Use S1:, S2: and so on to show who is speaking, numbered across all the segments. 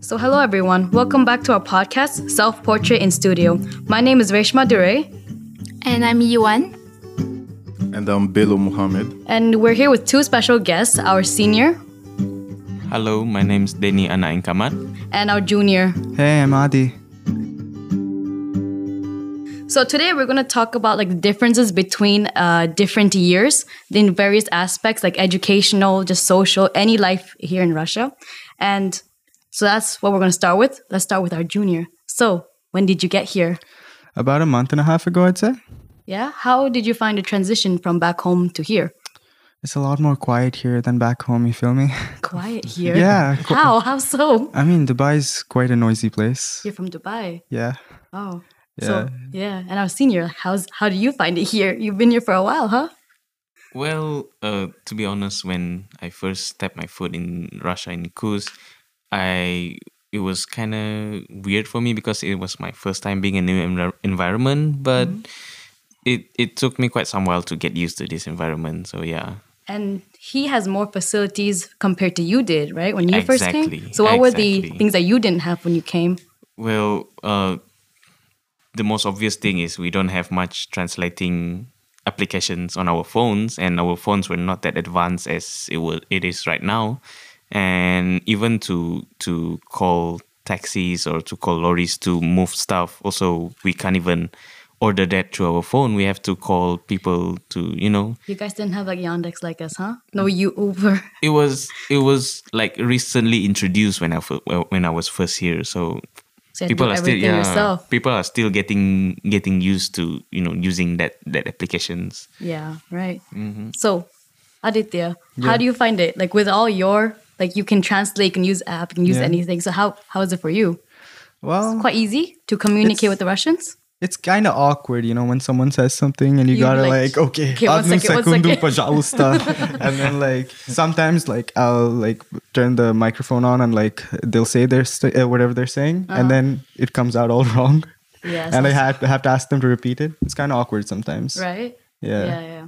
S1: So, hello everyone. Welcome back to our podcast, Self Portrait in Studio. My name is Reshma Dure,
S2: And I'm Yuan.
S3: And I'm Bilo Muhammad.
S1: and we're here with two special guests our senior
S4: Hello, my name's Denny Anna Inkamat.
S1: and our junior.
S5: Hey, I'm Adi.
S1: So today we're going to talk about like the differences between uh, different years in various aspects, like educational, just social, any life here in Russia, and so that's what we're going to start with. Let's start with our junior. So when did you get here?
S5: About a month and a half ago, I'd say.
S1: Yeah, how did you find the transition from back home to here?
S5: It's a lot more quiet here than back home, you feel me?
S1: Quiet here.
S5: Yeah, qu-
S1: How? How so?
S5: I mean, Dubai's quite a noisy place.
S1: You're from Dubai.
S5: Yeah.
S1: Oh.
S5: Yeah.
S1: So yeah, and our senior, how's how do you find it here? You've been here for a while, huh?
S4: Well, uh, to be honest, when I first stepped my foot in Russia in Kuz, I it was kind of weird for me because it was my first time being in a new envir- environment. But it it took me quite some while to get used to this environment. So yeah,
S1: And he has more facilities compared to you did, right? When you first came.
S4: Exactly,
S1: So what were the
S4: exactly.
S1: things that you didn't have when you came?
S4: Well, uh, the most obvious thing is we don't have much translating applications on our phones, and our phones were not that advanced as it will it is right now. And even to to call taxis or to call lorries to move stuff, also we can't even order that through our phone. We have to call people to you know
S1: You guys didn't have like Yandex like us, huh? No,
S4: Mm.
S1: you Uber.
S4: it was it was like recently introduced when I fir- well, when I was first here. So
S1: So you had to
S4: people
S1: do
S4: are still
S1: everything
S4: yeah,
S1: yourself.
S4: people are still getting getting used to you know using that that applications.
S1: Yeah, right.
S4: Mm-hmm.
S1: So, Aditya, how do you find it? Like with all your like you can translate, you can use app, you can use
S5: Yeah.
S1: anything. So how how is it for you?
S5: Well,
S1: Quite easy to communicate
S5: It's-
S1: with the Russians?
S5: it's kind of awkward, you know, when someone says something and you,
S1: You'd
S5: gotta
S1: be
S5: like,
S1: like,
S5: okay,
S1: "Okay, one
S5: "Одну
S1: second, one
S5: секунду,
S1: second."
S5: пожалуйста. and then like sometimes like I'll like turn the microphone on and like they'll say their st- uh, whatever they're saying
S1: Uh-huh.
S5: and then it comes out all wrong.
S1: Yeah,
S5: and I
S1: sounds-
S5: have, have to ask them to repeat it. It's kind of awkward sometimes.
S1: Right?
S5: Yeah.
S1: Yeah, yeah.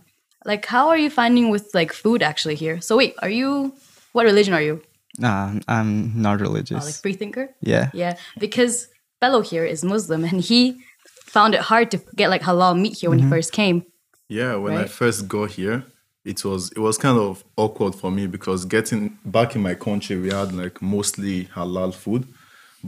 S1: Like how are you finding with like food actually here? So wait, are you what religion are you?
S5: Nah, I'm not
S1: Uh,
S5: religious.
S1: like free thinker?
S5: yeah.
S1: Yeah, because fellow here is Muslim and he found it hard to get like halal meat here when he first came.
S3: Yeah, when I
S1: Right.
S3: first got here, it was it was kind of awkward for me because getting back in my country we had like mostly halal food,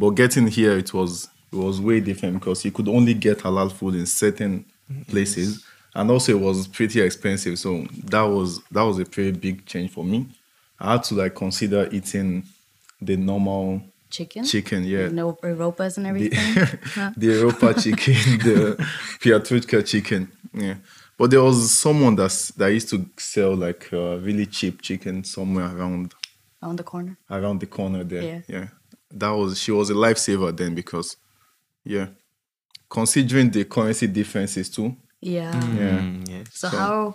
S3: but getting here it was it was way different because you could only get halal food in certain
S1: Mm-hmm.
S3: places, and also it was pretty expensive. So that was that was a pretty big change for me. I had to like consider eating the normal
S1: Chicken?
S3: chicken, yeah,
S1: No Europas and everything.
S3: the Europa chicken, the Piatruchka chicken. Yeah. But there was someone that's, that used to sell like uh, really cheap chicken somewhere around
S1: Around the corner.
S3: around the corner there.
S1: Yeah.
S3: That was she was a lifesaver then because yeah. Considering the currency differences too.
S1: Yeah.
S3: Yeah.
S4: Mm, yes.
S1: So,
S3: Mm-hmm. So-
S1: how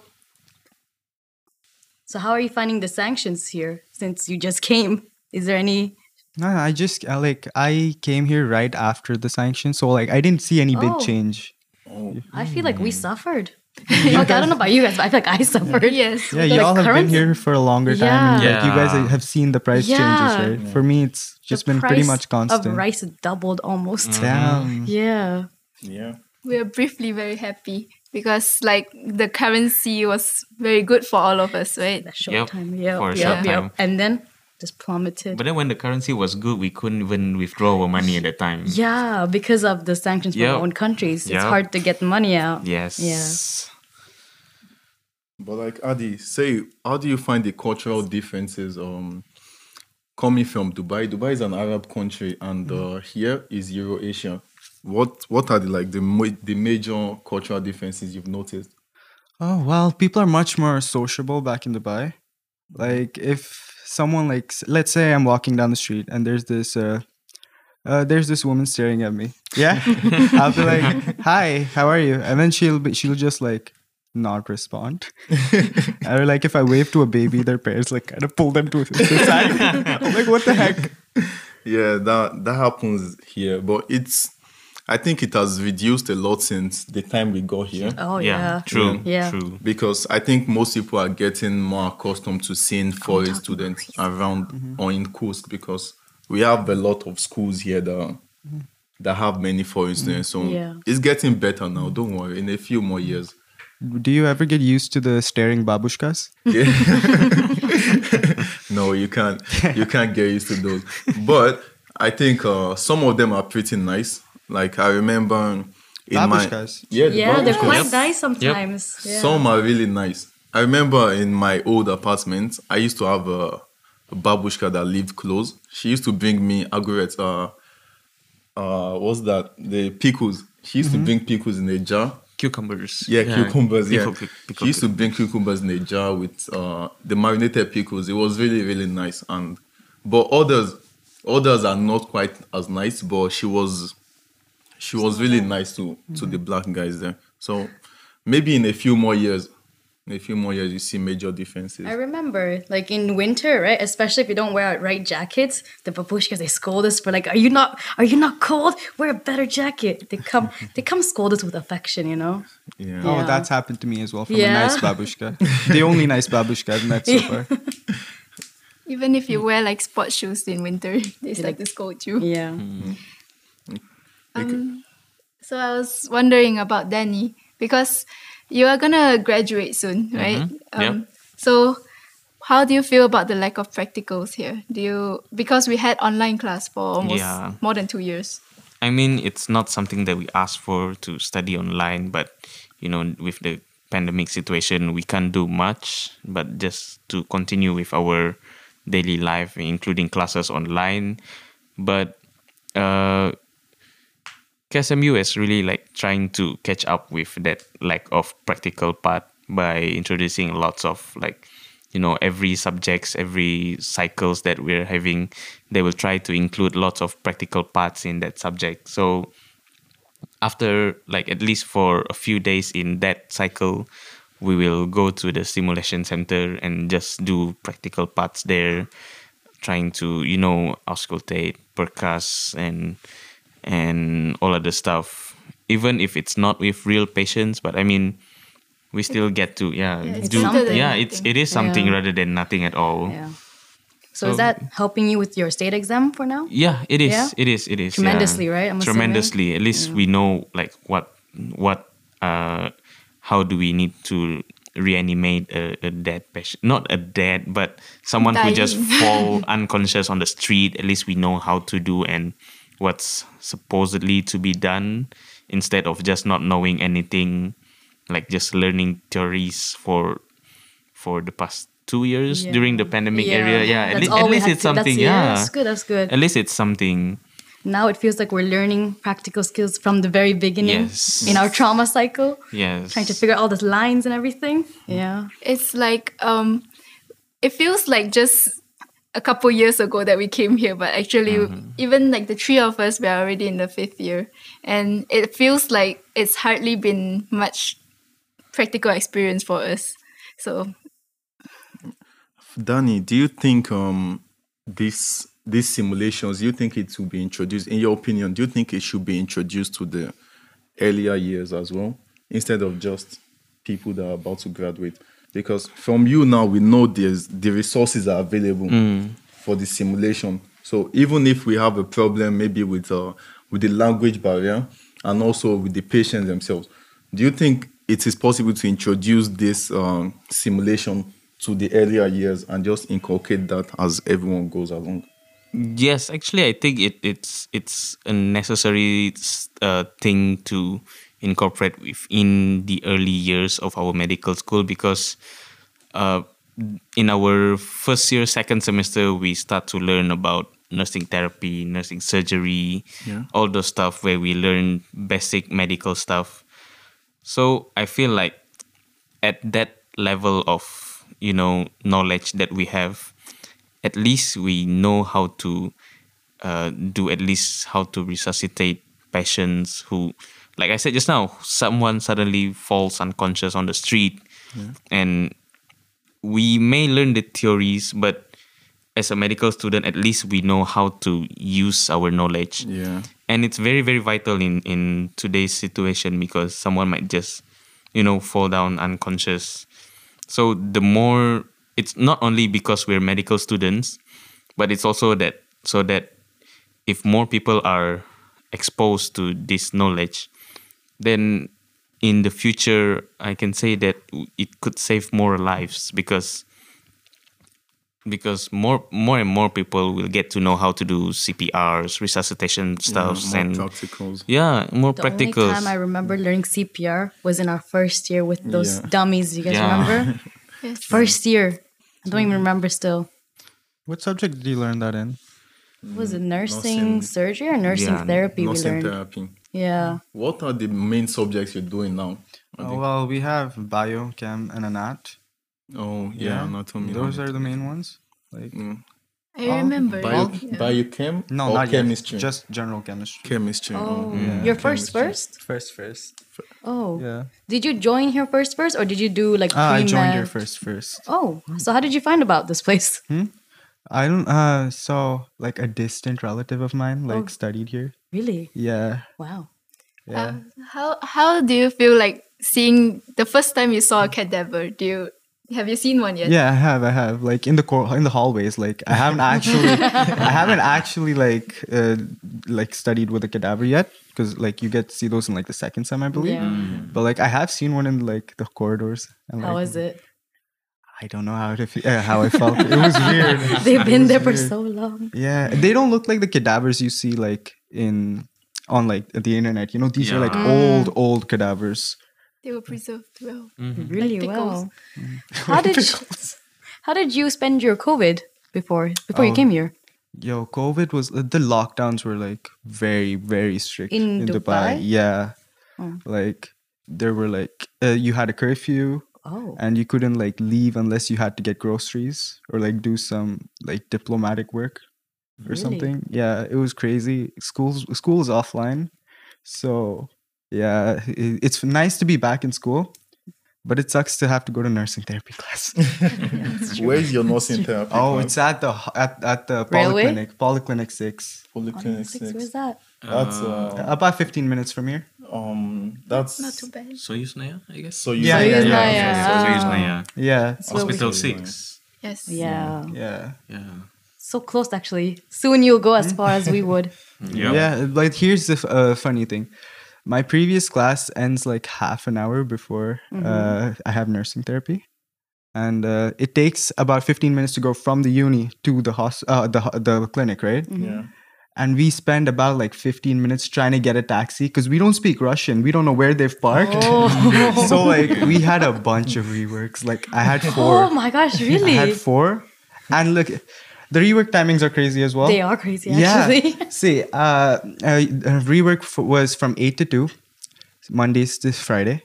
S1: So how are you finding the sanctions here since you just came? Is there any
S5: No, I just uh, like I came here right after the sanctions, so like I didn't see any big
S1: Oh.
S5: change.
S1: I feel like we suffered. like, I don't know about you guys, but I feel like I suffered.
S2: Yes.
S5: Yeah,
S1: Like
S5: y'all have been
S1: currency-
S5: here for a longer time, and like you guys
S4: Yeah.
S5: have seen the price
S1: Yeah.
S5: changes, right? For me, it's just been pretty
S1: price
S5: much constant.
S1: Of rice doubled almost.
S4: Mm.
S5: Damn.
S1: Yeah.
S3: Yeah.
S2: We are briefly very happy because like the currency was very good for all of us, right?
S1: A short
S4: Yep,
S1: time. Yeah.
S4: for a
S1: yeah.
S4: short time.
S1: And then just plummeted.
S4: But then when the currency was good, we couldn't even withdraw our money at that time.
S1: yeah, because of the sanctions from
S4: Yep.
S1: our own countries,
S4: Yep.
S1: it's hard to get money out.
S4: Yes.
S1: Yeah.
S3: But like Adi, say how do you find the cultural differences um coming from Dubai? Dubai is an Arab country and uh, here is Euro Asia. What what are the like the ma- the major cultural differences you've noticed?
S5: Oh well, people are much more sociable back in Dubai.
S1: Mm-hmm.
S5: Like if someone like s- let's say I'm walking down the street and there's this uh, uh there's this woman staring at me. Yeah, I'll be like, "Hi, how are you?" And then she'll be she'll just like not respond. or like if I wave to a baby, their parents like kind of pull them to the side. I'm like, "What the heck?"
S3: Yeah, that that happens here, but it's I think it has reduced a lot since the time we got here.
S1: Oh
S4: yeah,
S1: yeah.
S4: true,
S1: Yeah.
S4: true.
S3: because I think most people are getting more accustomed to seeing foreign students around or in Kursk because we have a lot of schools here that that have many foreign students. So
S1: Yeah.
S3: it's getting better now. Don't worry. In a few more years,
S5: Do you ever get used to the staring babushkas?
S3: no, you can't you can't get used to those. But I think uh, some of them are pretty nice. Like I remember in my
S5: Babushkas?
S3: yeah, the
S1: Yeah, they're
S3: babushkas.
S1: quite
S4: Yep.
S1: nice sometimes. Yeah.
S3: Some are really nice. I remember in my old apartment, I used to have a, a babushka that lived close. She used to bring me agurets. Uh, uh, what's that? The pickles. She used to bring pickles in a jar.
S4: Cucumbers.
S3: Yeah, cucumbers. Yeah,
S4: Pickle, pic-
S3: she
S4: pickle,
S3: used to bring cucumbers in a jar with uh, the marinated pickles. It was really, really nice. And but others, others are not quite as nice. But she was, she was really nice to to the black guys there. So maybe in a few more years, in a few more years, you see major differences.
S1: I remember, like in winter, right? Especially if you don't wear right jackets, the babushkas they scold us for like, "Are you not? Are you not cold? Wear a better jacket." They come, they come scold us with affection, you know.
S3: yeah.
S5: Oh,
S1: Yeah.
S5: that's happened to me as well from
S1: Yeah.
S5: a nice babushka. the only nice babushka I've met so far.
S2: Even if you wear like sports shoes in winter, they like to scold you.
S1: Yeah.
S4: Mm.
S2: So I was wondering about Danny because you are gonna graduate soon, right? Um,
S4: Yep.
S2: So how do you feel about the lack of practicals here? Do you because we had online class for almost
S4: Yeah.
S2: more than two years.
S4: I mean, it's not something that we ask for to study online, but you know, with the pandemic situation, we can't do much. But just to continue with our daily life, including classes online. But uh, KSMU is really like trying to catch up with that lack of practical part by introducing lots of like you know every subjects every cycles that we're having they will try to include lots of practical parts in that subject so after like at least for a few days in that cycle we will go to the simulation center and just do practical parts there trying to you know auscultate percuss and and all other stuff even if it's not with real patients but i mean we still get to yeah,
S2: it's
S4: do
S1: something.
S4: yeah it's it is something
S1: Yeah.
S4: rather than nothing at all
S1: Yeah. So, is that helping you with your state exam for now?
S4: yeah, it is.
S1: Yeah?
S4: It is. It is. yeah.
S1: Tremendously, right? I'm assuming.
S4: Tremendously. At least we know like what what uh how do we need to reanimate a, a dead patient? Not a dead, but someone who just
S2: Dying.
S4: fall unconscious on the street. At least we know how to do and what's supposedly to be done instead of just not knowing anything, like just learning theories for for the past two years
S1: Yeah.
S4: during the pandemic area. Yeah, at,
S1: That's
S4: le-
S1: all
S4: at
S1: we
S4: least
S1: had
S4: it's
S1: to- that's-
S4: something.
S1: That's good. That's good.
S4: At least it's something.
S1: now it feels like we're learning practical skills from the very beginning
S4: Yes.
S1: in our trauma cycle,
S4: Yes.
S1: trying to figure out all the lines and everything. Yeah.
S2: It's like um it feels like just a couple years ago that we came here, but actually even like the three of us we are already in the fifth year. And it feels like it's hardly been much practical experience for us. So
S3: Danny, do you think um this these simulations? Do you think it will be introduced? In your opinion, do you think it should be introduced to the earlier years as well, instead of just people that are about to graduate? Because from you now, we know there's the resources are available for the simulation. So even if we have a problem, maybe with uh, with the language barrier and also with the patients themselves, do you think it is possible to introduce this um, simulation to the earlier years and just inculcate that as everyone goes along?
S4: yes, actually, I think it, it's it's a necessary s- uh, thing to incorporate within the early years of our medical school because uh, in our first year, second semester, we start to learn about nursing therapy, nursing surgery, all those stuff where we learn basic medical stuff. So I feel like at that level of you know knowledge that we have, at least we know how to uh, do at least how to resuscitate patients who, like I said just now, someone suddenly falls unconscious on the street, and we may learn the theories, but as a medical student, at least we know how to use our knowledge
S3: Yeah.
S4: and it's very very vital in in today's situation because someone might just you know fall down unconscious so the more it's not only because we're medical students but it's also that so that if more people are exposed to this knowledge then in the future i can say that it could save more lives because because more more and more people will get to know how to do CPRs, resuscitation stuffs,
S3: More
S4: and
S3: tacticals.
S4: yeah, more
S1: The
S4: practicals.
S1: only time I remember learning CPR was in our first year with those
S3: Yeah.
S1: dummies. You guys
S4: Yeah.
S1: remember?
S2: Yes.
S1: First year. I don't even
S5: Mm.
S1: remember still.
S5: What subject did you learn that in?
S1: Was
S5: Mm.
S1: it nursing,
S3: Nursing-
S1: surgery or nursing
S4: Yeah,
S1: therapy we
S3: Nursing
S1: learned?
S3: therapy.
S1: yeah.
S3: What are the main subjects you're doing now? Are
S5: Oh,
S3: they-
S5: well, we have bio, chem, and anat.
S3: oh yeah, anatomy.
S5: Those are the main ones. Like
S3: Mm.
S2: I remember.
S3: Bio,
S2: yeah.
S3: biochem
S5: no,
S3: or
S5: not yet,
S3: chemistry?
S5: Just general chemistry.
S3: chemistry.
S1: Oh,
S5: yeah.
S1: your first first?
S5: First, first.
S1: Oh,
S5: Yeah.
S1: did you join here first first, or did you do like
S5: Ah, I joined your
S1: pre-med?
S5: first, first.
S1: Oh, so how did you find about this place?
S5: Hmm? I don't. Uh, so like a distant relative of mine, like
S1: Oh.
S5: studied here.
S1: Really?
S5: Yeah.
S1: Wow.
S5: Yeah.
S1: Ah,
S2: How how do you feel like seeing the first time you saw a cadaver? Do you have you seen one yet?
S5: Yeah, I have, I have. Like in the cor- in the hallways, like I haven't actually, I haven't actually like uh, like studied with a cadaver yet, because like you get to see those in like the second sem, I believe.
S1: Yeah.
S3: Mm.
S5: But like I have seen one in like the corridors. And,
S1: How
S5: like,
S1: is it?
S5: I don't know how it fe- uh, how I felt. it was weird.
S1: They've been there for so long.
S5: Yeah, they don't look like the cadavers you see like in on like the internet. You know, these are like
S4: Yeah.
S5: old
S1: Mm.
S5: old cadavers.
S2: They were preserved well.
S5: Mm-hmm.
S1: Really
S2: pickles.
S1: well. How did how did you spend your COVID before before
S5: Oh.
S1: you came here?
S5: Yo, COVID was uh, the lockdowns were like very very strict
S1: In Dubai? Oh.
S5: Yeah, like there were like uh, you had a curfew
S1: Oh,
S5: and you couldn't like leave unless you had to get groceries or like do some like diplomatic work or
S1: Really?
S5: something. Yeah, it was crazy. Schools school is offline, so yeah, i- it's nice to be back in school. But it sucks to have to go to nursing therapy class.
S3: Where's your nursing therapy?
S5: oh,
S3: class?
S5: it's at the h- at, at the
S1: Railway?
S5: polyclinic, polyclinic six.
S3: polyclinic
S1: six. Where's
S3: six.
S1: that?
S3: That's uh,
S5: About 15 minutes from here.
S3: um, that's
S2: Not too bad.
S4: Soyuznaya, I guess.
S3: So you
S5: Yeah,
S3: say-
S5: yeah, yeah.
S1: Soyuznaya.
S4: Soyuznaya.
S5: Yeah.
S1: where we-
S4: Hospital Six.
S2: Yes.
S1: Yeah.
S5: Yeah.
S4: Yeah.
S1: so close actually. Soon you'll go as far as we would.
S4: Yeah.
S5: Yeah. Like, here's the f- uh, funny thing my previous class ends like half an hour before
S1: Mm-hmm.
S5: uh, I have nursing therapy. And uh, it takes about 15 minutes to go from the uni to the hos- uh, the, ho- the clinic, right?
S1: Mm-hmm.
S3: Yeah.
S5: And we spend about like 15 minutes trying to get a taxi because we don't speak Russian. We don't know where they've parked. so, like, we had a bunch of reworks. Like, I had four.
S1: Oh. Oh my gosh,
S5: I had
S1: really?
S5: four. And look, the rework timings are crazy as well.
S1: They are crazy actually.
S5: Yeah. See, uh, uh, rework f- was from 8 to 2, Mondays to Friday.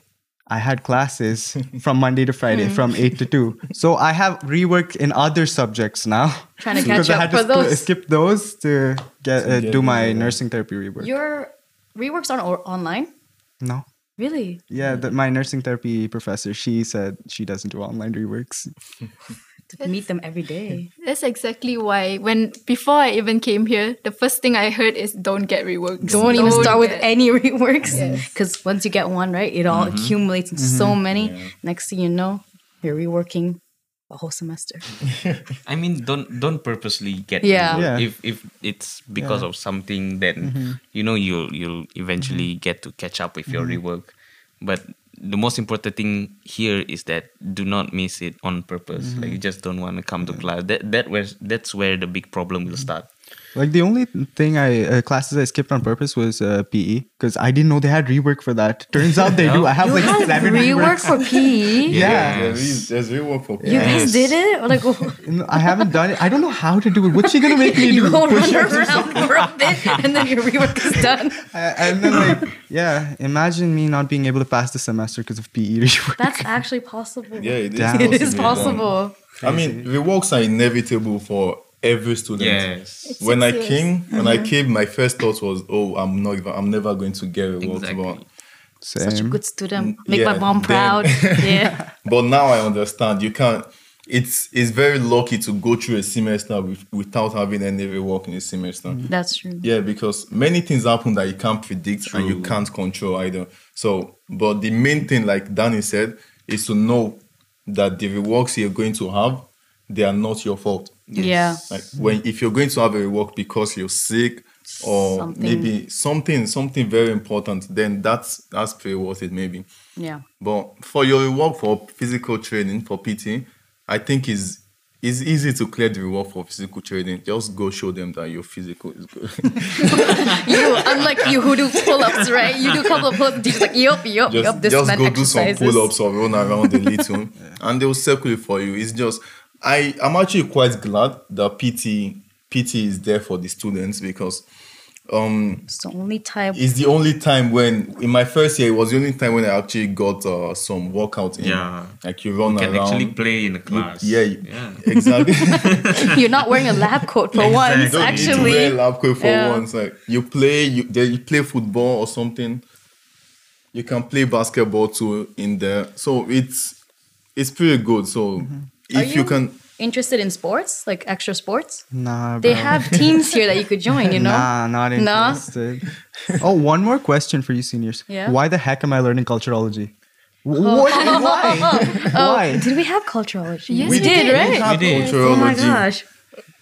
S5: I had classes from Monday to Friday
S1: Hmm.
S5: from 8 to 2. So I have reworked in other subjects now.
S1: Trying to
S5: Because
S1: catch
S5: I
S1: up
S5: had to
S1: for
S5: sp-
S1: those.
S5: skip those to get, uh,
S3: get
S5: do my
S3: the-
S5: nursing therapy rework.
S1: Your reworks on or online?
S5: no.
S1: Really?
S5: Yeah, the, my nursing therapy professor, she said she doesn't do online reworks.
S1: To meet them every day.
S2: That's exactly why when before I even came here, the first thing I heard is don't get reworked.
S1: Don't even start with
S2: get-
S1: any reworks
S2: Yes.
S1: because once you get one right, it
S3: Mm-hmm.
S1: all accumulates into so many. Next thing you know, you're reworking a whole semester.
S4: I mean, don't don't purposely get
S1: Yeah.
S4: involved.
S5: Yeah. Mm-hmm.
S4: If if it's because of something, then you know you'll you'll eventually get to catch up with your
S5: Mm-hmm.
S4: rework. But the most important thing here is that do not miss it on purpose.
S5: Mm-hmm.
S4: Like you just don't want to come to class. That that where that's where the big problem will
S5: Mm-hmm.
S4: start.
S5: Like the only thing I uh, classes I skipped on purpose was uh, PE because I didn't know they had rework for that. Turns out they do. I have like seven
S1: Rework
S5: reworks.
S1: for PE?
S5: Yeah,
S3: There is there's real work for
S1: You
S3: people.
S1: guys did it? Or like, oh,
S5: No, I haven't done it. I don't know how to do it. What's she gonna make me
S1: you
S5: do?
S1: go run
S5: Push-ups?
S1: around for a bit and then your rework is done.
S5: Uh, and then like yeah, imagine me not being able to pass the semester because of E PE rework.
S1: That's actually possible.
S3: Yeah, it is.
S5: Damn.
S1: It is
S3: Yeah.
S1: possible.
S3: I mean, reworks are inevitable for every student.
S4: Yes.
S3: When I
S2: Yes.
S3: came, when
S1: Mm-hmm.
S3: I came, my first thought was, "Oh, I'm not, I'm never going to get reworks."
S4: Exactly.
S5: Same.
S1: Good student. Make
S3: Mm, Yeah,
S1: my mom
S3: then-
S1: proud. yeah.
S3: But but now I understand. You can't. it's it's very lucky to go through a semester with, without having any rework in a semester.
S1: That's true.
S3: Yeah, because many things happen that you can't predict and you can't control either. So, but the main thing, like Danny said, is to know that the reworks you're going to have, they are not your fault.
S1: Yeah.
S3: Like when if you're going to have a rework because you're sick or
S1: Something.
S3: maybe something something very important, then that's that's pretty worth it maybe.
S1: Yeah.
S3: But for your reward for physical training for PT, I think is it's easy to clear the reward for physical training. Just go show them that your physical is good.
S1: You, unlike you who do pull-ups, right? You do a couple of pull-ups, you're like, yup, yup,
S3: just
S1: yup, this
S3: just
S1: man
S3: go
S1: exercises.
S3: do some pull-ups or run around a little, and they will circle it for you. It's just I I'm actually quite glad that PT PT is there for the students because um,
S1: It's the only time.
S3: it's the only time when in my first year it was the only time when I actually got uh, some workout in.
S4: Yeah.
S3: like you run
S4: can
S3: around.
S4: actually play in the class.
S3: yeah, you- exactly.
S1: You're not wearing a lab coat for
S4: Exactly.
S1: once,
S4: Don't need to
S3: You need to wear
S1: actually.
S3: lab coat for
S1: yeah.
S3: once. Like you play, you then you play football or something. You can play basketball too in there. So it's it's pretty good. So
S1: Are
S3: if you, can,
S1: interested in sports, like extra sports?
S5: Nah,
S1: They
S5: bro.
S1: have teams here that you could join, you know?
S5: Nah, not
S1: Nah.
S5: interested. oh, one more question for you seniors.
S1: Yeah? Oh.
S5: Why the heck am I learning culturology? Wh- What? Why? Why?
S1: Did we have culturology?
S2: Yes,
S1: we,
S2: we
S1: did,
S2: did.
S1: right?
S3: have
S4: We did.
S1: Oh my
S3: culturology.
S1: gosh.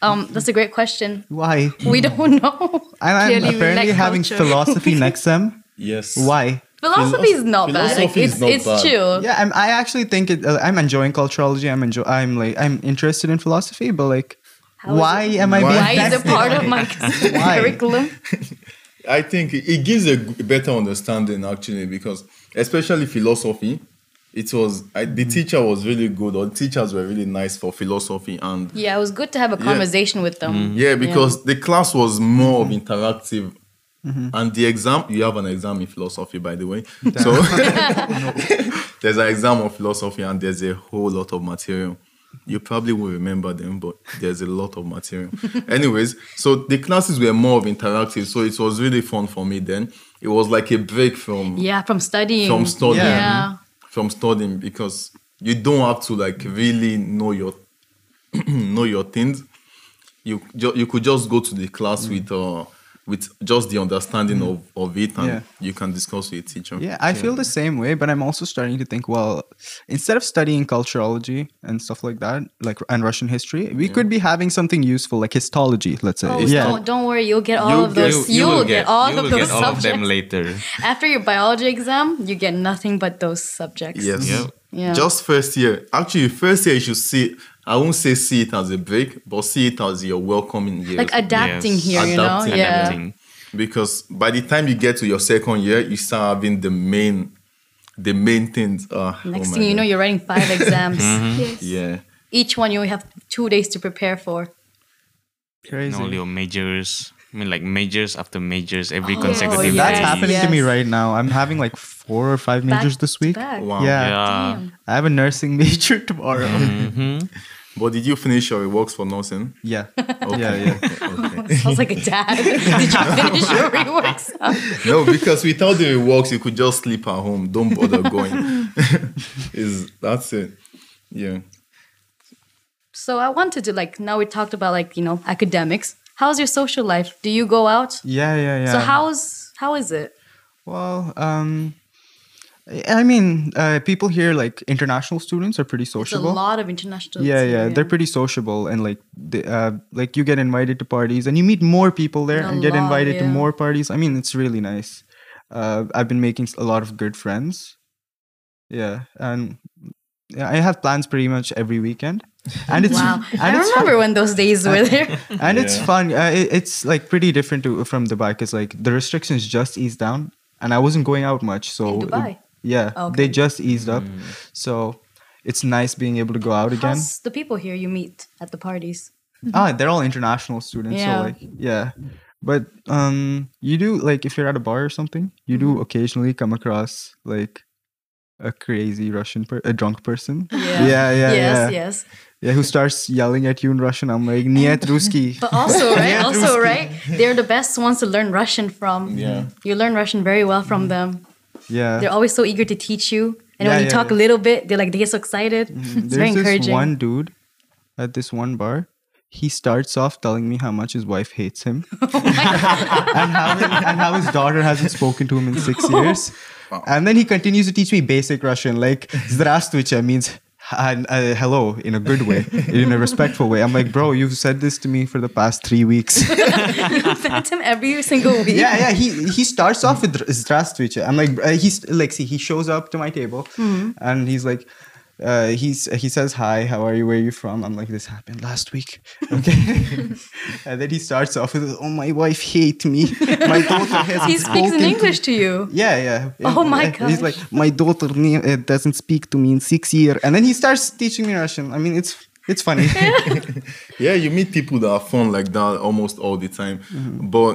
S1: Um, that's a great question.
S5: Why?
S1: We don't know.
S5: And I'm
S2: Clearly we
S5: apparently
S2: lack
S5: having
S2: culture.
S5: philosophy next sem.
S3: Yes.
S5: Why?
S1: Philosophy is not bad. Like,
S3: philosophy is
S1: it's
S3: not
S1: it's
S3: bad.
S1: chill.
S5: Yeah, I'm, I actually think it, uh, I'm enjoying culturology. I'm enjoy. I'm like I'm interested in philosophy, but like,
S1: is
S5: why am I
S3: Why
S5: being
S1: Why is it
S5: tested?
S1: part of my
S5: Why?
S1: curriculum?
S3: I think it gives a g- better understanding actually because especially philosophy. It was I, the teacher was really good, or the teachers were really nice for philosophy, and
S1: Yeah, it was good to have a conversation with them.
S3: Yeah, because the class was more of interactive. And the exam, you have an exam in philosophy, by the way. So there's an exam of philosophy, and there's a whole lot of material. You probably will remember them, but there's a lot of material. Anyways, so the classes were more of interactive, so it was really fun for me then. It was like a break from
S1: Yeah, from studying.
S3: from studying
S1: Yeah.
S3: from studying because you don't have to like really know your know your things you ju- you could just go to the class
S5: Mm.
S3: with uh with just the understanding of, of it and
S5: Yeah.
S3: you can discuss with your teacher
S5: Yeah, I feel the same way, but I'm also starting to think, well, instead of studying culturology and stuff like that, like and Russian history, we could be having something useful, like histology, let's say.
S1: Oh,
S5: yeah.
S1: don't, don't worry, you'll get all
S3: You'll
S1: of those.
S4: You, you will get,
S1: all
S4: you
S1: of
S4: will
S1: those
S4: get all of
S1: subjects. Oh,
S4: them later.
S1: After your biology exam, you get nothing but those subjects.
S3: yes
S4: Yep.
S1: Yeah.
S3: just first year actually first year you should see i won't say see it as a break but see it as your welcoming year
S1: Like adapting
S4: Yes.
S1: here, you know?
S3: Adapting.
S1: Yeah.
S4: Adapting.
S3: because by the time you get to your second year you start having the main the main things uh,
S1: Next thing you know, you're writing five exams.
S2: Yes.
S3: yeah
S1: Each one you only have two days to prepare for.
S5: Crazy.
S4: And all your majors. I mean, like majors after majors every
S1: Oh,
S4: consecutive
S1: yeah.
S5: That's
S4: day.
S5: happening to me
S1: Yes.
S5: right now. I'm having like four or five
S1: Back
S5: majors
S1: to
S5: this week.
S1: back.
S3: wow
S5: Yeah.
S4: Yeah.
S5: I have a nursing major tomorrow.
S3: But did you finish your works for nothing?
S5: Yeah.
S3: Okay.
S5: Yeah, yeah.
S3: okay.
S1: Sounds like a dad. Did you finish your reworks?
S3: No, because without the works, you could just sleep at home. Don't bother going. Is that's it? Yeah.
S1: so I wanted to like now we talked about like, you know, academics. How's your social life? Do you go out?
S5: Yeah, yeah, yeah.
S1: So how's how is it?
S5: Well, um, I- I mean, uh, people here, like international students, are pretty
S1: It's a
S5: sociable.
S1: lot of international.
S5: yeah, yeah, they're pretty sociable, and like, they, uh, like you get invited to parties, and you meet more people there,
S1: A
S5: and get
S1: lot,
S5: invited to
S1: yeah.
S5: more parties. I mean, it's really nice. Uh, I've been making s- a lot of good friends. Yeah, and yeah, I have plans pretty much every weekend, and it's
S1: Wow. I
S5: and it's fun
S1: remember when those days were there.
S5: and it's fun. Uh, it, it's like pretty different to, from Dubai because like the restrictions just eased down, and I wasn't going out much. So
S1: In Dubai?
S5: yeah,
S1: Okay.
S5: they just eased up, so it's nice being able to go out again.
S1: How's the people here you meet at the parties?
S5: Ah, they're all international students,
S1: Yeah.
S5: so like yeah. But um, you do like if you're at a bar or something, you
S1: Mm-hmm.
S5: do occasionally come across like a crazy Russian, per- a drunk person.
S1: Yeah.
S5: yeah, yeah,
S1: yes,
S5: yeah.
S1: yes.
S5: Yeah, who starts yelling at you in Russian? I'm like, "Нет, русский."
S1: But also, right?
S5: Yeah,
S1: also,
S5: Ruski.
S1: right? They're the best ones to learn Russian from.
S3: Yeah.
S1: You learn Russian very well from them.
S5: Yeah,
S1: They're always so eager to teach you. And
S5: Yeah,
S1: when you
S5: yeah,
S1: talk a
S5: yeah.
S1: little bit, they're like they get so excited. It's very
S5: There's this
S1: encouraging.
S5: one dude at this one bar. He starts off telling me how much his wife hates him
S1: Oh
S5: and, how his, and how his daughter hasn't spoken to him in six years. And then he continues to teach me basic Russian, like "Здравствуйте" means "Hi- uh, hello in a good way, in a respectful way. I'm like, bro, you've said this to me for the past three weeks.
S1: Sent him every single week.
S5: yeah, yeah. He he starts off with "Здравствуйте." I'm like, uh, he's like, see, he shows up to my table,
S1: Hmm.
S5: and he's like. Uh, he's he says hi. How are you? Where are you from? I'm like this happened last week. Okay, and then he starts off with, "Oh, my wife hate me. My daughter has
S1: He speaks in English to you.
S5: yeah, yeah.
S1: Oh
S5: And,
S1: my
S5: uh, He's like,
S1: gosh.
S5: my daughter ne- uh, doesn't speak to me in six years, and then he starts teaching me Russian. I mean, it's it's funny.
S3: yeah, you meet people that are fun like that almost all the time.
S5: Mm-hmm.
S3: But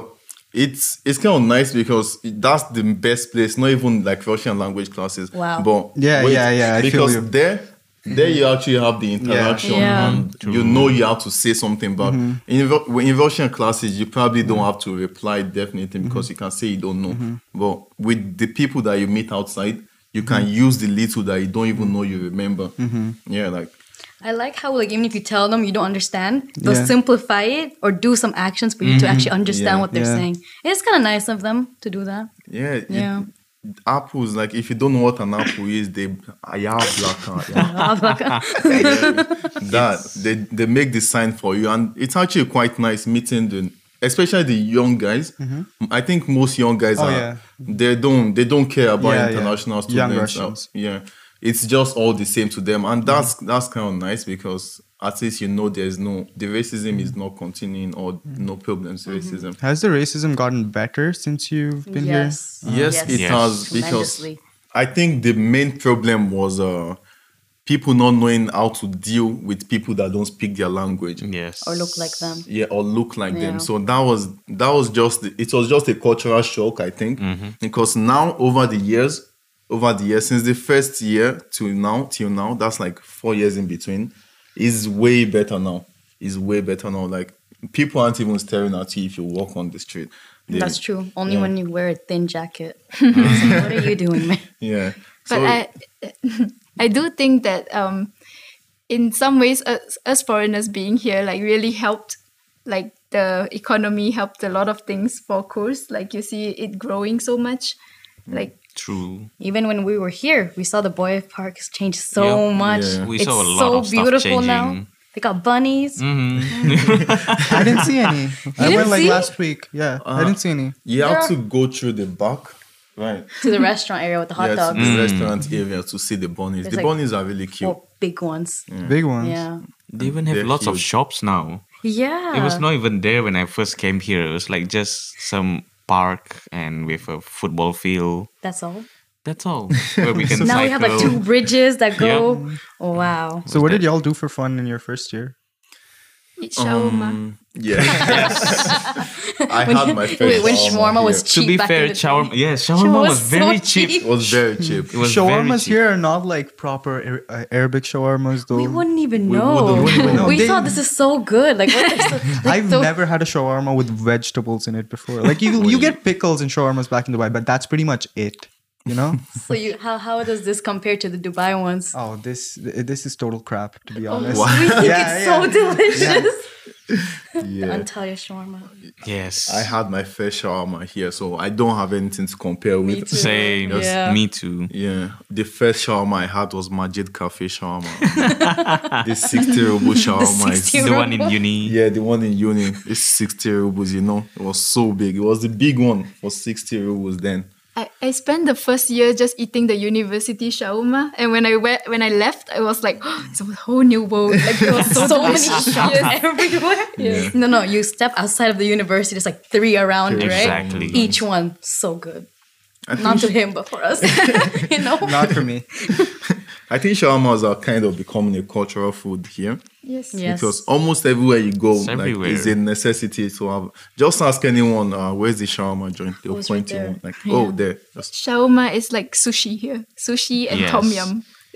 S3: it's it's kind of nice because that's the best place. Not even like Russian language classes.
S1: Wow.
S3: But
S5: Yeah, yeah, yeah, I feel
S3: because
S5: you.
S3: there. There you actually have the interaction,
S1: Yeah.
S3: and
S5: Mm-hmm.
S3: you know you have to say something. But in Ru- when in Russian classes, you probably don't
S5: Mm-hmm.
S3: have to reply definitely because you can say you don't know. But with the people that you meet outside, you can
S5: Mm-hmm.
S3: use the little that you don't even know you remember. Yeah, like
S1: I like how like even if you tell them you don't understand, they'll
S5: Yeah.
S1: simplify it or do some actions for you to actually understand
S3: Mm-hmm. Yeah.
S1: what they're
S5: Yeah.
S1: saying. It's kind of nice of them to do that.
S3: Yeah, it-
S1: Yeah.
S3: apples, like if you don't know what an apple is, they yeah, black that they they make the sign for you, and it's actually quite nice meeting the especially the young guys. I think most young guys
S5: Mm-hmm. Oh,
S3: are
S5: yeah.
S3: they don't they don't care about
S5: Yeah, yeah.
S3: international
S5: Young
S3: students. Uh,
S5: Russians. Mm-hmm.
S3: yeah, it's just all the same to them, and that's that's kind of nice because at least you know there's no the racism
S5: Mm-hmm.
S3: is not continuing or no problems racism.
S5: Has the racism gotten better since you've been
S1: yes.
S5: Uh-huh.
S3: Yes, it
S4: Yes.
S3: has because
S1: Tremendously.
S3: I think the main problem was uh, people not knowing how to deal with people that don't speak their language.
S4: Yes.
S1: Or Oh, look like them.
S3: Yeah, or look like
S1: Yeah.
S3: them. So that was that was just it was just a cultural shock, I think, because now over the years, over the years since the first year till now, till now, that's like four years in between, is way better now. Is way better now. Like people aren't even staring at you if you walk on the street. They-
S1: That's true. Only
S3: Yeah.
S1: when you wear a thin jacket. what are you doing, man?
S3: Yeah.
S2: But
S1: uh,
S2: I, I do think that um, in some ways, us, us foreigners being here like really helped, like the economy helped a lot of things for course. Like you see it growing so much, like
S4: True.
S1: Even when we were here, we saw the Boy Park has changed so
S4: Yeah.
S1: much.
S3: Yeah.
S4: We
S1: it's
S4: saw a lot
S1: so
S4: of stuff
S1: beautiful now.
S4: changing.
S1: They got bunnies.
S5: here? I didn't see any. I
S1: didn't
S5: went like
S1: see?
S5: last week. Yeah, I
S3: Uh,
S5: didn't see any.
S3: You have to
S1: Yeah.
S3: go through the back, right?
S1: to the restaurant area with the hot
S3: yeah,
S1: dogs.
S3: to
S4: Mm.
S3: the restaurant area to see the bunnies.
S1: There's
S3: the
S1: like-
S3: bunnies are really cute.
S1: Or big ones.
S5: Big ones.
S1: Yeah.
S4: They even have
S3: They're
S4: lots of
S3: huge.
S4: shops now.
S1: Yeah.
S4: It was not even there when I first came here. It was like just some park and with a football field.
S1: That's all.
S4: That's all. Where we can
S1: Now we have like
S4: cycle.
S1: two bridges that go. Oh, wow.
S5: So what did y'all do for fun in your first year?
S2: eat shawarma.
S3: Yeah. I had my first
S1: Wait, when
S3: shawarma
S1: shawarma was
S3: here.
S1: cheap.
S4: To be
S1: back
S4: fair,
S1: in the
S4: shawarma,
S1: day.
S4: yeah, shawarma
S1: Shawarma
S4: was,
S1: was so
S4: very cheap.
S1: cheap. Mm.
S3: It was very cheap.
S4: It was very
S5: Shawarmas
S4: cheap.
S5: here are not like proper Ar- uh, Arabic shawarmas though.
S1: We wouldn't even
S3: We
S1: know.
S3: wouldn't-
S1: We,
S3: we wouldn't
S5: know. They-
S1: thought this is so good. Like, what is the- like,
S5: I've
S1: the-
S5: never had a shawarma with vegetables in it before. Like you, you get pickles and shawarmas back in Dubai, but that's pretty much it. You know?
S1: So you, how how does this compare to the Dubai ones?
S5: Oh, this this is total crap, to
S1: Oh.
S5: be honest.
S1: We think
S5: Yeah,
S1: it's
S5: yeah.
S1: so delicious.
S3: Yeah.
S1: Antalya shawarma.
S4: Yes.
S3: I had my first shawarma here, so I don't have anything to compare
S1: Me
S3: with.
S1: too.
S4: Same.
S1: Yeah.
S4: Me too.
S3: Yeah, the first shawarma I had was Majid Cafe shawarma. the 60 ruble shawarma. is-
S1: 60
S4: The one in uni.
S3: yeah, the one in uni. It's 60 rubles, you know. It was so big. It was the big one for 60 rubles then.
S2: I, I spent the first year just eating the university shawarma, and when I went, when I left, I was like, it's a whole new world. Like it was so,
S1: So many
S2: delicious.
S1: shops everywhere. No, no. You step outside of the university. There's like three around, right?
S4: Exactly.
S1: Each one so good. Not to him, but for us. you know.
S5: Not for me.
S3: I think shawarmas are kind of becoming a cultural food here.
S2: Yes.
S1: Yes.
S3: because almost everywhere you go,
S4: It's
S3: like,
S4: everywhere.
S3: it's a necessity to have. Just ask anyone, uh, where's the shawarma joint? They'll
S1: Oh, it's
S3: point
S1: right
S3: you
S1: there.
S3: one, like, oh, there. That's
S2: Shawarma is like sushi here. Sushi and
S4: Yes.
S2: tom yum.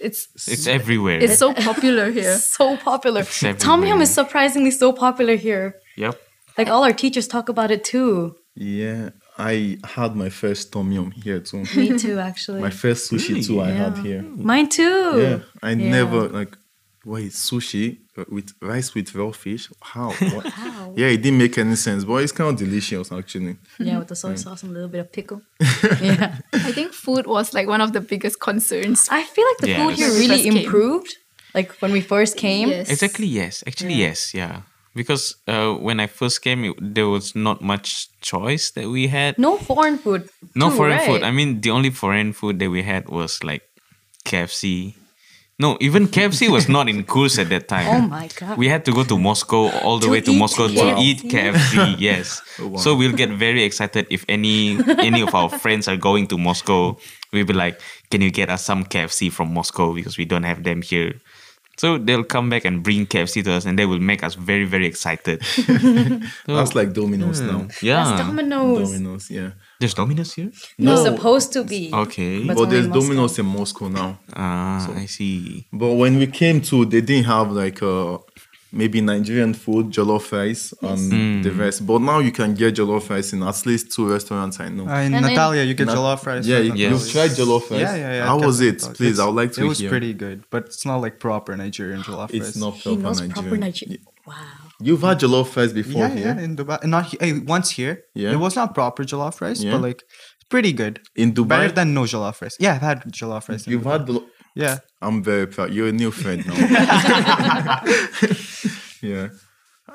S2: It's
S4: It's everywhere.
S2: it's so popular here.
S1: so popular. Tom
S4: everywhere.
S1: Yum is surprisingly so popular here.
S4: yep.
S1: Like all our teachers talk about it too.
S3: yeah. I had my first tom yum here too.
S1: Me too, actually.
S3: my first sushi too. I had here.
S1: Mine too.
S3: Yeah, I never like. Wait, sushi? uh, with rice with raw fish. How? What? Yeah, it didn't make any sense, but it's kind of delicious actually.
S1: Yeah, with the soy sauce and a little bit of pickle.
S2: I think food was like one of the biggest concerns.
S1: I feel like the
S4: Yeah,
S1: food here
S4: that's-
S1: really
S2: First came.
S1: improved. Like when we first came.
S2: Yes.
S4: Exactly. Yes. Actually, yes. Yeah. Because uh, when I first came, it, there was not much choice that we had.
S1: No foreign food.
S4: No
S1: too,
S4: foreign food.
S1: right?
S4: I mean, the only foreign food that we had was like KFC. No, even KFC was not in Kurs at that time.
S1: Oh my God.
S4: We had to go to Moscow all the
S1: To
S4: way to
S1: eat
S4: Moscow to
S1: KFC.
S4: eat KFC. Yes.
S3: wow.
S4: So we'll get very excited if any any of our friends are going to Moscow. We'll be like, "Can you get us some KFC from Moscow because we don't have them here." So they'll come back and bring KFC to us, and they will make us very very excited.
S3: That's
S4: Oh.
S3: like Domino's now.
S4: Yeah.
S1: That's Hmm. Domino's.
S3: Domino's, yeah.
S4: There's Domino's here.
S1: No, supposed to be. But-
S4: Okay.
S1: It's
S3: but
S1: only
S3: there's
S1: in Moscow.
S3: Domino's in Moscow now.
S4: Ah, I see.
S3: But when we came to, they didn't have like uh, maybe Nigerian food, jollof rice, and the rest. But now you can get jollof rice in at least two restaurants I know.
S5: Uh, in
S1: And then-
S5: Natalia, you get
S3: Nat-
S5: jollof rice.
S3: yeah,
S5: right?
S3: you-
S5: Natalia.
S4: you've
S3: tried jollof rice?
S5: Yeah, yeah, yeah.
S3: How
S5: I've
S3: was
S5: had
S3: it?
S5: jollof.
S3: Please, I
S5: It's-
S3: would like to
S5: It was
S3: hear.
S5: pretty good, but it's not like proper Nigerian jollof rice.
S3: It's not
S1: He
S3: proper
S1: knows
S3: Nigerian.
S1: proper Nigerian. Wow.
S3: You've had jollof rice before
S5: Yeah,
S3: here
S5: yeah, in Dubai, not he- eh, once here.
S3: Yeah.
S5: it was not proper jollof rice,
S3: Yeah.
S5: but like pretty good.
S3: in Dubai.
S5: Better than no jollof rice. Yeah, I've had jollof rice. in
S3: You've
S5: Dubai.
S3: had. jollof-
S5: yeah.
S3: I'm very proud. You're a new friend now. yeah.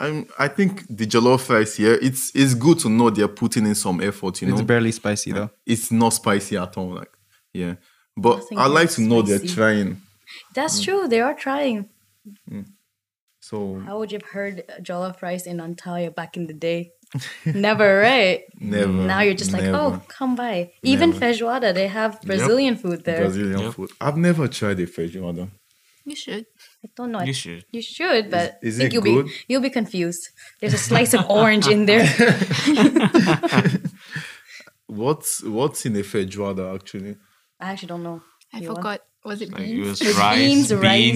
S3: I'm, I think the jollof rice here, it's it's good to know they're putting in some effort, you know.
S5: It's barely spicy though.
S3: it's not spicy at all. Like, yeah. But
S1: Nothing
S3: I like to know they're
S1: spicy.
S3: trying.
S1: That's
S3: Mm.
S1: true. They are trying.
S3: So
S1: How would you have heard jollof rice in Antalya back in the day? Never, right?
S3: never.
S1: Now you're just like,
S3: never.
S1: oh, come by. Even
S3: Never.
S1: feijoada, they have Brazilian food there.
S3: Brazilian
S4: Yep.
S3: food. I've never tried a feijoada.
S2: you should.
S1: I don't know.
S4: You should.
S1: You should, but
S3: is
S1: I think
S3: it
S1: you'll
S3: good?
S1: be you'll be confused. There's a slice of orange in there.
S3: What's what's in a feijoada actually?
S1: I actually don't know.
S2: I
S1: You want-
S2: forgot. Was it
S4: Like it
S2: beans?
S4: was rice, beans,
S1: beans, rice,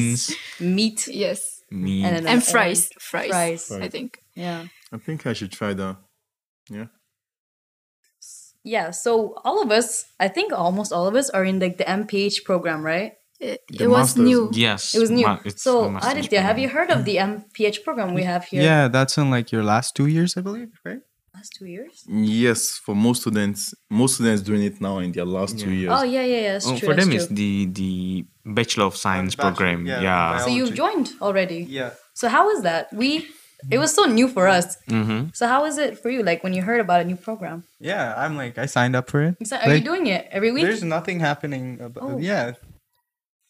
S4: beans,
S1: Meat
S2: Yes.
S4: meat.
S1: and, then an
S2: And fries.
S1: orange-
S2: Fries.
S1: Fries.
S2: I think.
S1: Yeah.
S3: I think I should try that. Yeah.
S1: Yeah. So all of us, I think almost all of us are in like the MPH program, right?
S2: It,
S3: The
S2: it was
S3: masters.
S2: new.
S4: yes,
S1: It was new.
S4: ma- it's a
S1: so
S4: master's
S1: Aditya, have
S4: program.
S1: you heard of the MPH program we have here?
S5: Yeah, that's in like your last two years, I believe, right?
S1: Last two years.
S3: Yes, for most students, most students doing it now in their last two years.
S1: Oh yeah, yeah, yeah. That's
S4: Oh,
S1: true.
S4: for
S1: that's
S4: them, it's
S1: true.
S4: the the Bachelor of Science
S5: Bachelor,
S4: program.
S5: yeah,
S4: Yeah.
S1: so you've joined already.
S5: Yeah.
S1: So how is that? We it was so new for us.
S4: Mm-hmm.
S1: So how is it for you? Like when you heard about a new program,
S5: Yeah, I'm like I signed up for it.
S1: so are
S5: Like,
S1: you doing it every week?
S5: There's nothing happening. About,
S1: Oh.
S5: Yeah.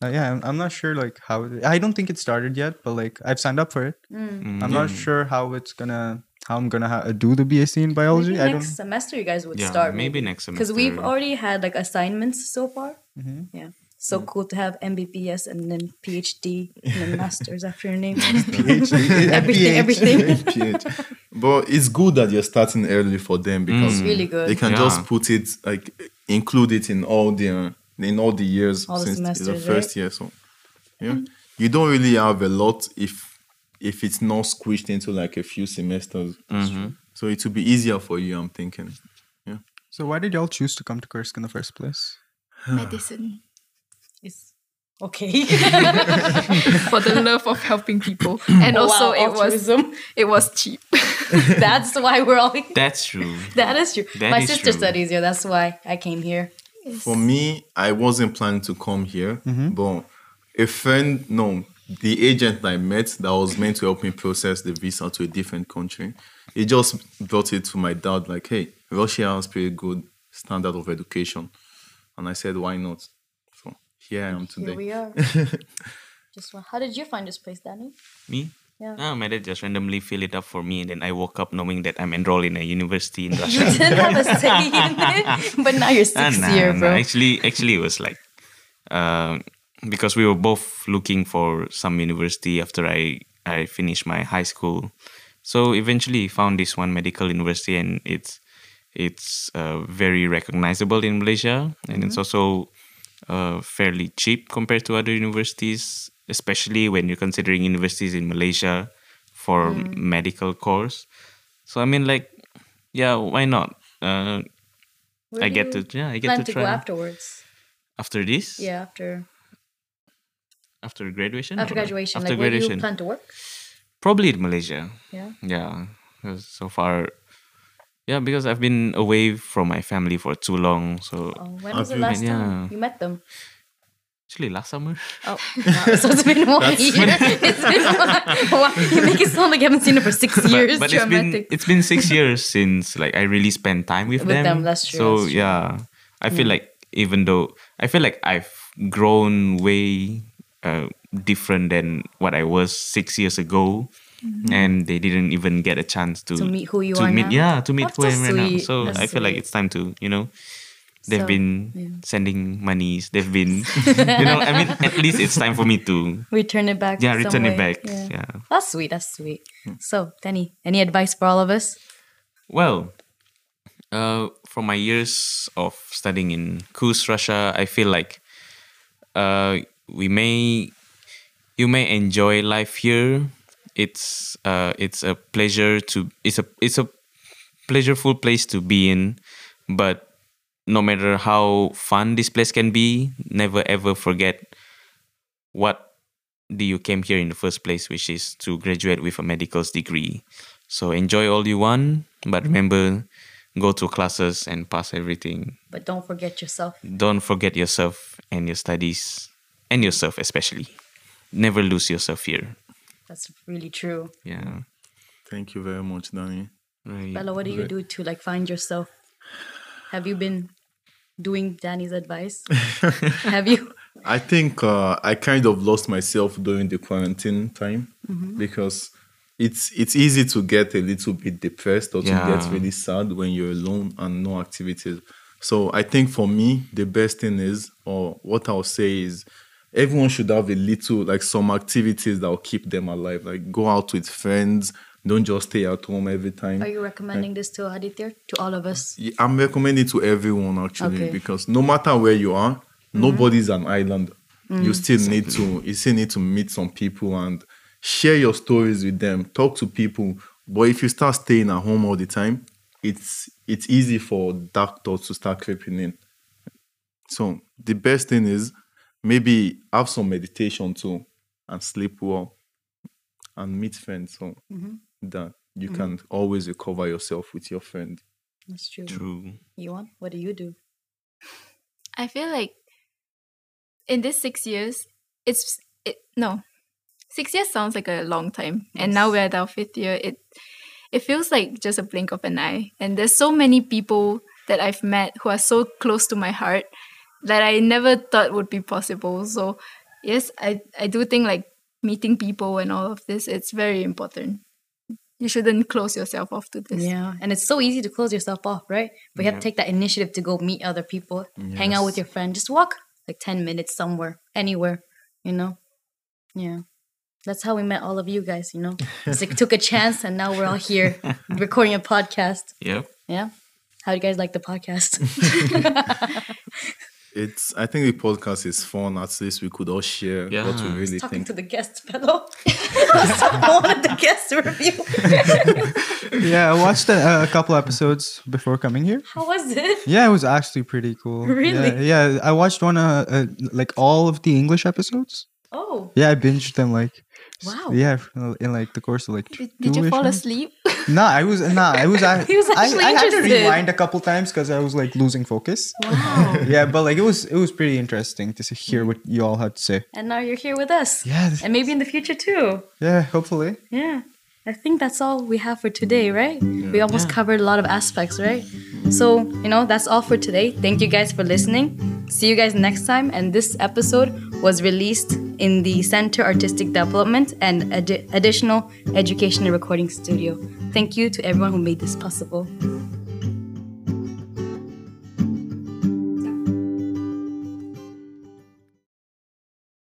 S5: Uh, yeah, I'm, I'm not sure like how. It, I don't think it started yet, but like I've signed up for it.
S1: Mm.
S5: I'm not sure how it's gonna how I'm gonna ha- do the BSc in biology.
S1: Maybe
S5: I
S1: next
S5: don't.
S1: semester you guys would
S4: Yeah,
S1: start.
S4: maybe next
S1: Because we've
S4: semester.
S1: already had like assignments so far.
S5: Mm-hmm.
S1: Yeah. So cool to have MBBS and then PhD and then masters after your name. everything, everything.
S3: PH. But it's good that you're starting early for them because
S1: Mm. It's really good.
S3: they can
S4: Yeah.
S3: just put it like include it in all the in all the years
S1: All the
S3: since the
S1: semesters, Mm.
S3: first year. So yeah, you don't really have a lot if if it's not squished into like a few semesters. So it will be easier for you. I'm thinking.
S5: So why did y'all choose to come to Kursk in the first place?
S2: Medicine.
S1: It's okay.
S2: For the love of helping people. And also
S1: Oh, Wow,
S2: it was
S1: altruism.
S2: it was cheap.
S1: that's why we're all
S4: That's true.
S1: that is true.
S4: That
S1: My
S4: is
S1: sister
S4: true.
S1: studies here, that's why I came here.
S3: For me, I wasn't planning to come here,
S1: Mm-hmm.
S3: but a friend, no, the agent I met that was meant to help me process the visa to a different country, he just brought it to my dad like, hey, Russia has pretty good standard of education. And I said, why not? So here I
S1: Here
S3: am today.
S1: we are. Just wa- how did you find this place, Danny?
S4: me.
S1: Yeah.
S4: No, my dad just randomly fill it up for me, and then I woke up knowing that I'm enrolled in a university in
S1: You
S4: Russia.
S1: didn't have a say in it, but now you're
S4: Ah,
S1: six
S4: nah,
S1: year,
S4: nah.
S1: bro.
S4: Actually, actually, it was like um, because we were both looking for some university after I I finished my high school. So eventually, found this one medical university, and it's it's uh, very recognizable in Malaysia, and it's also uh, fairly cheap compared to other universities, especially when you're considering universities in Malaysia for medical course. So I mean, like, yeah, why not? Uh,
S1: Where
S4: I
S1: do
S4: get
S1: you
S4: to yeah, I get
S1: plan
S4: to
S1: to
S4: try
S1: go afterwards.
S4: after this.
S1: Yeah, after
S4: after graduation.
S1: after
S4: or-
S1: graduation?
S4: After
S1: like, where do
S4: graduation,
S1: you plan to work?
S4: probably in Malaysia.
S1: Yeah.
S4: Yeah, 'cause so far, yeah, because I've been away from my family for too long. So
S1: Oh, when
S3: Have
S1: was the
S3: you-
S1: last time
S4: Yeah.
S1: you met them?
S4: actually, last summer,
S1: Oh, wow, so it's been one year. It's been one, wow, you make it sound like you haven't seen them for six years.
S4: but it's been
S1: Dramatic.
S4: it's been six years since like I really spent time with,
S1: With them, that's true,
S4: So
S1: that's true.
S4: yeah, I feel like even though I feel like I've grown way uh, different than what I was six years ago, and they didn't even get a chance to
S1: Mm-hmm. To meet who you
S4: to
S1: are
S4: meet,
S1: now.
S4: Yeah, to meet
S1: That's
S4: who I
S1: so
S4: am right now.
S1: sweet,
S4: So
S1: that's
S4: I feel like
S1: sweet.
S4: it's time to you know. They've
S1: So,
S4: been
S1: yeah.
S4: sending monies. They've been, you know, I mean, at least it's time for me to,
S1: return it back.
S4: yeah,
S1: some
S4: return
S1: way.
S4: it back.
S1: Yeah.
S4: yeah. Hmm.
S1: That's sweet. That's sweet. So, Danny, any advice for all of us?
S4: Well, uh, from my years of studying in Kurs, Russia, I feel like uh, we may you may enjoy life here. It's uh, it's a pleasure to it's a it's a pleasureful place to be in, but no matter how fun this place can be, never ever forget what the- you came here in the first place, which is to graduate with a medical's degree. So enjoy all you want, but remember, go to classes and pass everything.
S1: But don't forget yourself.
S4: Don't forget yourself and your studies, and yourself especially. Never lose yourself here.
S1: That's really true.
S4: Yeah.
S3: Thank you very much, Danny.
S4: Right.
S1: Bella, what do you do to like find yourself? Have you been doing Danny's advice? Have you?
S3: I think uh, I kind of lost myself during the quarantine time because it's it's easy to get a little bit depressed or to
S4: Yeah.
S3: get really sad when you're alone and no activities. So I think for me the best thing is, or what I'll say is, everyone should have a little like some activities that will keep them alive. Like go out with friends. Don't just stay at home every time.
S1: Are you recommending this to Aditya? To all of us?
S3: Yeah, I'm recommending to everyone actually
S1: Okay.
S3: because no matter where you are, nobody's an island. You still need to you still need to meet some people and share your stories with them, talk to people. But if you start staying at home all the time, it's it's easy for dark thoughts to start creeping in. So the best thing is maybe have some meditation too and sleep well and meet friends so that you can always recover yourself with your friend.
S1: That's true.
S4: True.
S1: Yuan, what do you do?
S2: I feel like in this six years, it's it, no, six years sounds like a long time, and now we're at our fifth year. It it feels like just a blink of an eye, and there's so many people that I've met who are so close to my heart that I never thought would be possible. So yes, I I do think like meeting people and all of this, it's very important. You shouldn't close yourself off to this.
S1: Yeah, and it's so easy to close yourself off, right? But you have to take that initiative to go meet other people, hang out with your friend, just walk like 10 minutes somewhere, anywhere, you know? Yeah. That's how we met all of you guys, you know? It's like took a chance and now we're all here recording a podcast.
S4: Yep.
S1: Yeah. How do you guys like the podcast?
S3: It's. I think the podcast is fun. At least we could all share what we
S4: Yeah.
S3: really
S1: Talking
S3: think.
S1: to the guest fellow. I wanted the guest to review.
S5: yeah, I watched a, a couple episodes before coming here.
S1: How was it?
S5: Yeah, it was actually pretty cool.
S1: Really?
S5: Yeah, yeah, I watched one uh, uh like all of the English episodes.
S1: Oh,
S5: Yeah, I binged them like s-
S1: Wow.
S5: Yeah, f- uh, in like the course of like
S2: Did, did you fall asleep?
S5: No, I was no, I was I,
S1: He was actually
S5: I, I had to
S1: interested.
S5: rewind a couple times cuz I was like losing focus.
S1: wow. Mm.
S5: yeah, but like it was it was pretty interesting to see, hear what you all had to say.
S1: and now you're here with us.
S5: Yeah.
S1: And maybe in the future too.
S5: Yeah, hopefully.
S1: Yeah. I think that's all we have for today, right? We almost covered a lot of aspects, right? So, you know, that's all for today. Thank you guys for listening. See you guys next time. And this episode was released in the Center Artistic Development and Ad- Additional Education and Recording Studio. Thank you to everyone who made this possible.